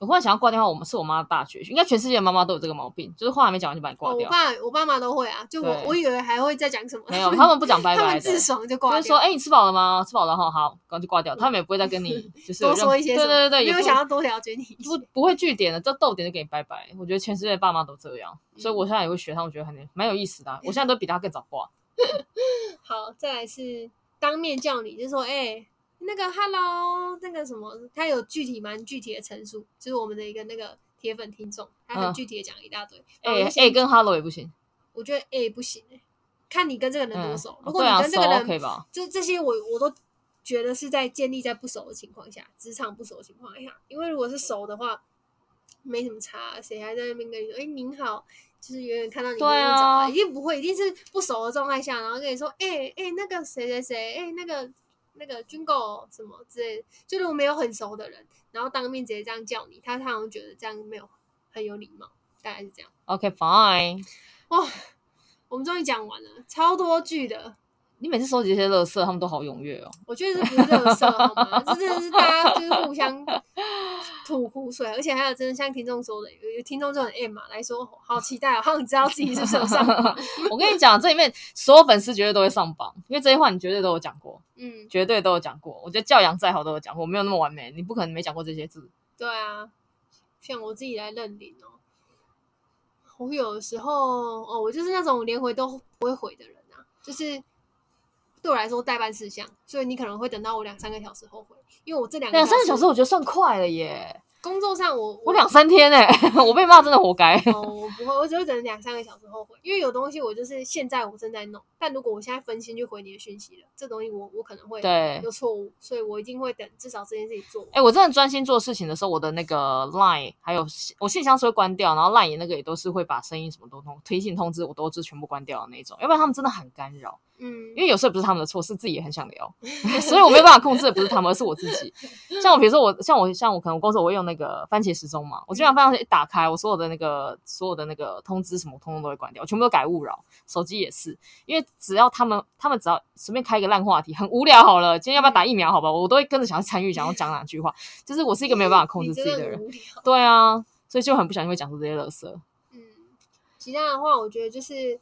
Speaker 2: 我忽然想要挂电话，我们是我妈的大绝学，应该全世界的妈妈都有这个毛病，就是话还没讲完就把你挂
Speaker 1: 哦我
Speaker 2: 掉。
Speaker 1: 爸我爸妈都会啊，就我
Speaker 2: 对
Speaker 1: 我以为还会再讲什么，
Speaker 2: 没有，他们不讲拜
Speaker 1: 他
Speaker 2: 拜
Speaker 1: 们
Speaker 2: 的，
Speaker 1: 自爽就挂
Speaker 2: 就是说，
Speaker 1: 掉。
Speaker 2: 哎、你吃饱了吗？吃饱了哈，好，然后就挂掉。他们也不会再跟 *laughs* 你就是有
Speaker 1: 多
Speaker 2: 任
Speaker 1: 说一些什
Speaker 2: 哎对
Speaker 1: 么，
Speaker 2: 对对对，也
Speaker 1: 没有
Speaker 2: 不
Speaker 1: 想要多了解你一些
Speaker 2: 不不会据点的，这逗点就给你拜拜。我觉得全世界的爸妈都这样，
Speaker 1: 嗯
Speaker 2: 所以我现在也会学他们，我觉得很蛮有意思的啊、我现在都比他更早
Speaker 1: *laughs* 哦
Speaker 2: 挂。
Speaker 1: *laughs* 好，再来是当面叫你，就说哎、那个 hello，那个什么，他有具体蛮具体的陈述，就是我们的一个那个铁粉听众，他
Speaker 2: 嗯
Speaker 1: 很具体的讲了一大堆。然后我
Speaker 2: 哎
Speaker 1: 就
Speaker 2: 哎，
Speaker 1: 先
Speaker 2: 跟 Hello 也不行，
Speaker 1: 我觉得哎、不行、欸，看你跟这个人
Speaker 2: 嗯
Speaker 1: 多熟。，如果
Speaker 2: 对
Speaker 1: 你
Speaker 2: 啊，
Speaker 1: 跟这
Speaker 2: 熟
Speaker 1: 个人，
Speaker 2: OK 吧？
Speaker 1: 就这些我我都觉得是在建立在不熟的情况下，职场不熟的情况下，因为如果是熟的话，没什么差，谁还在那边跟你说，哎、您好，就是远远看到你
Speaker 2: 对
Speaker 1: 就会
Speaker 2: 啊
Speaker 1: 找啊，一定不会，一定是不熟的状态下，然后跟你说，哎、哎、那个谁谁谁，哎、那个。那个军狗什么之类的，就如果没有很熟的人，然后当面直接这样叫你，他他好像觉得这样没有很有礼貌，大概是这样。
Speaker 2: OK fine，
Speaker 1: 哇，我们终于讲完了，超多句的，
Speaker 2: 你每次收集这些垃圾，他们都好踊跃哦。 *laughs*
Speaker 1: 我觉得这不是热色好吗？这真的是大家就是互相吐苦水，而且还有真的像听众说的，有有听众就很 M 嘛来说，好期待、哦，好想知道自己是不是有上榜。
Speaker 2: 我跟你讲，这里面所有粉丝绝对都会上榜，因为这些话你绝对都有讲过，
Speaker 1: *laughs* 嗯，
Speaker 2: 绝对都有讲过。我觉得教养再好都有讲过，没有那么完美，你不可能没讲过这些字。
Speaker 1: 对啊，像我自己来认领哦。我有的时候哦，我就是那种连回都不会回的人啊，就是对我来说代办事项，所以你可能会等到我两三个小时后回，因为我这两
Speaker 2: 两三个小时，我觉得算快了耶。
Speaker 1: 工作上我
Speaker 2: 我两三天哎、 *laughs* 我被骂真的活该。
Speaker 1: 哦，我不会，我只会等两三个小时后回，因为有东西我就是现在我正在弄，但如果我现在分心去回你的讯息了，这东西我我可能会
Speaker 2: 对，
Speaker 1: 有错误，所以我一定会等至少这件事情做完。
Speaker 2: 哎、我真的专心做事情的时候，我的那个 Line 还有信我信箱是会关掉，然后 Line 也那个也都是会把声音什么都通提醒通知我都是全部关掉的那一种，要不然他们真的很干扰。
Speaker 1: 嗯，
Speaker 2: 因为有时候也不是他们的错，是自己也很想聊， *laughs* 所以我没有办法控制的不是他们，而是我自己。像我比如说我像我像我可能我工作我会用那个番茄时钟嘛，我基本上番茄一打开，我所有的那个所有的那个通知什么通通都会关掉，我全部都改勿扰，手机也是，因为只要他们他们只要随便开一个烂话题，很无聊好了，今天要不要打疫苗？好吧，我都会跟着想要参与，想要讲哪句话，就是我是一个没有办法控制自己
Speaker 1: 你真
Speaker 2: 的
Speaker 1: 很
Speaker 2: 人，
Speaker 1: 无聊。
Speaker 2: 对啊，所以就很不小心会讲出这些垃圾。
Speaker 1: 嗯，其他的话，我觉得就是，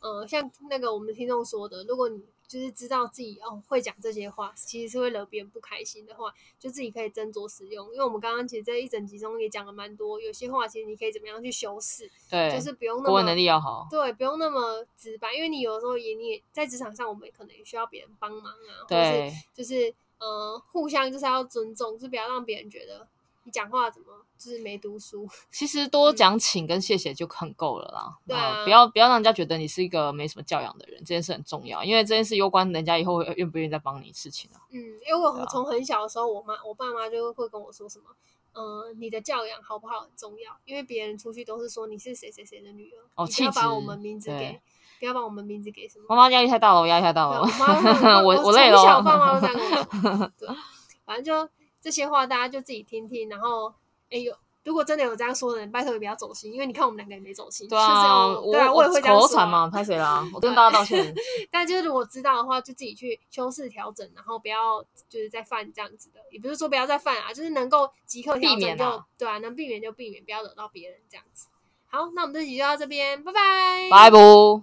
Speaker 1: 呃，像那个我们听众说的，如果你就是知道自己哦会讲这些话，其实是会惹别人不开心的话，就自己可以斟酌使用。因为我们刚刚其实这一整集中也讲了蛮多，有些话其实你可以怎么样去修饰，
Speaker 2: 对，
Speaker 1: 就是不用那
Speaker 2: 国文
Speaker 1: 么
Speaker 2: 能力要好。
Speaker 1: 对，不用那么直白，因为你有时候也你也在职场上，我们可能也需要别人帮忙啊，或者是
Speaker 2: 对，
Speaker 1: 就是呃互相就是要尊重，就是不要让别人觉得你讲话怎么就是没读书。
Speaker 2: 其实多讲请跟谢谢就很够了啦。
Speaker 1: 嗯对啊
Speaker 2: 呃不要不要让人家觉得你是一个没什么教养的人，这件事很重要，因为这件事攸关人家以后会愿不愿意再帮你事情啊。
Speaker 1: 嗯，因为我
Speaker 2: 啊
Speaker 1: 从很小的时候，我妈、我爸妈就会跟我说什么，呃，你的教养好不好很重要，因为别人出去都是说你是谁谁谁的女儿，你不
Speaker 2: 哦
Speaker 1: 要
Speaker 2: 气质
Speaker 1: 把我们名字给
Speaker 2: 对，
Speaker 1: 不要把我们名字给什么。
Speaker 2: 妈妈压力太大了，我压力太大
Speaker 1: 对
Speaker 2: 了
Speaker 1: 我。妈
Speaker 2: 哦 *laughs* 我
Speaker 1: 我
Speaker 2: 我累了哦
Speaker 1: 从小爸妈都这样跟我
Speaker 2: *laughs*
Speaker 1: 说，对，反正就这些话大家就自己听听，然后哎有。如果真的有这样说的人，拜托也不要走心，因为你看我们两个也没走心。
Speaker 2: *laughs* 对
Speaker 1: 就是
Speaker 2: 啊，
Speaker 1: 我对啊，我也会这样
Speaker 2: 口头
Speaker 1: 说啊、
Speaker 2: 禅嘛，拍谁啦？我跟大家
Speaker 1: *laughs*
Speaker 2: 道歉。
Speaker 1: 但就是如果知道的话，就自己去修饰调整，然后不要就是再犯这样子的，也不是说不要再犯啊，就是能够即刻调
Speaker 2: 避
Speaker 1: 整
Speaker 2: 免
Speaker 1: 就、
Speaker 2: 啊
Speaker 1: 对啊，能避免就避免，不要惹到别人这样子。好，那我们这集就到这边，拜拜，
Speaker 2: 拜不。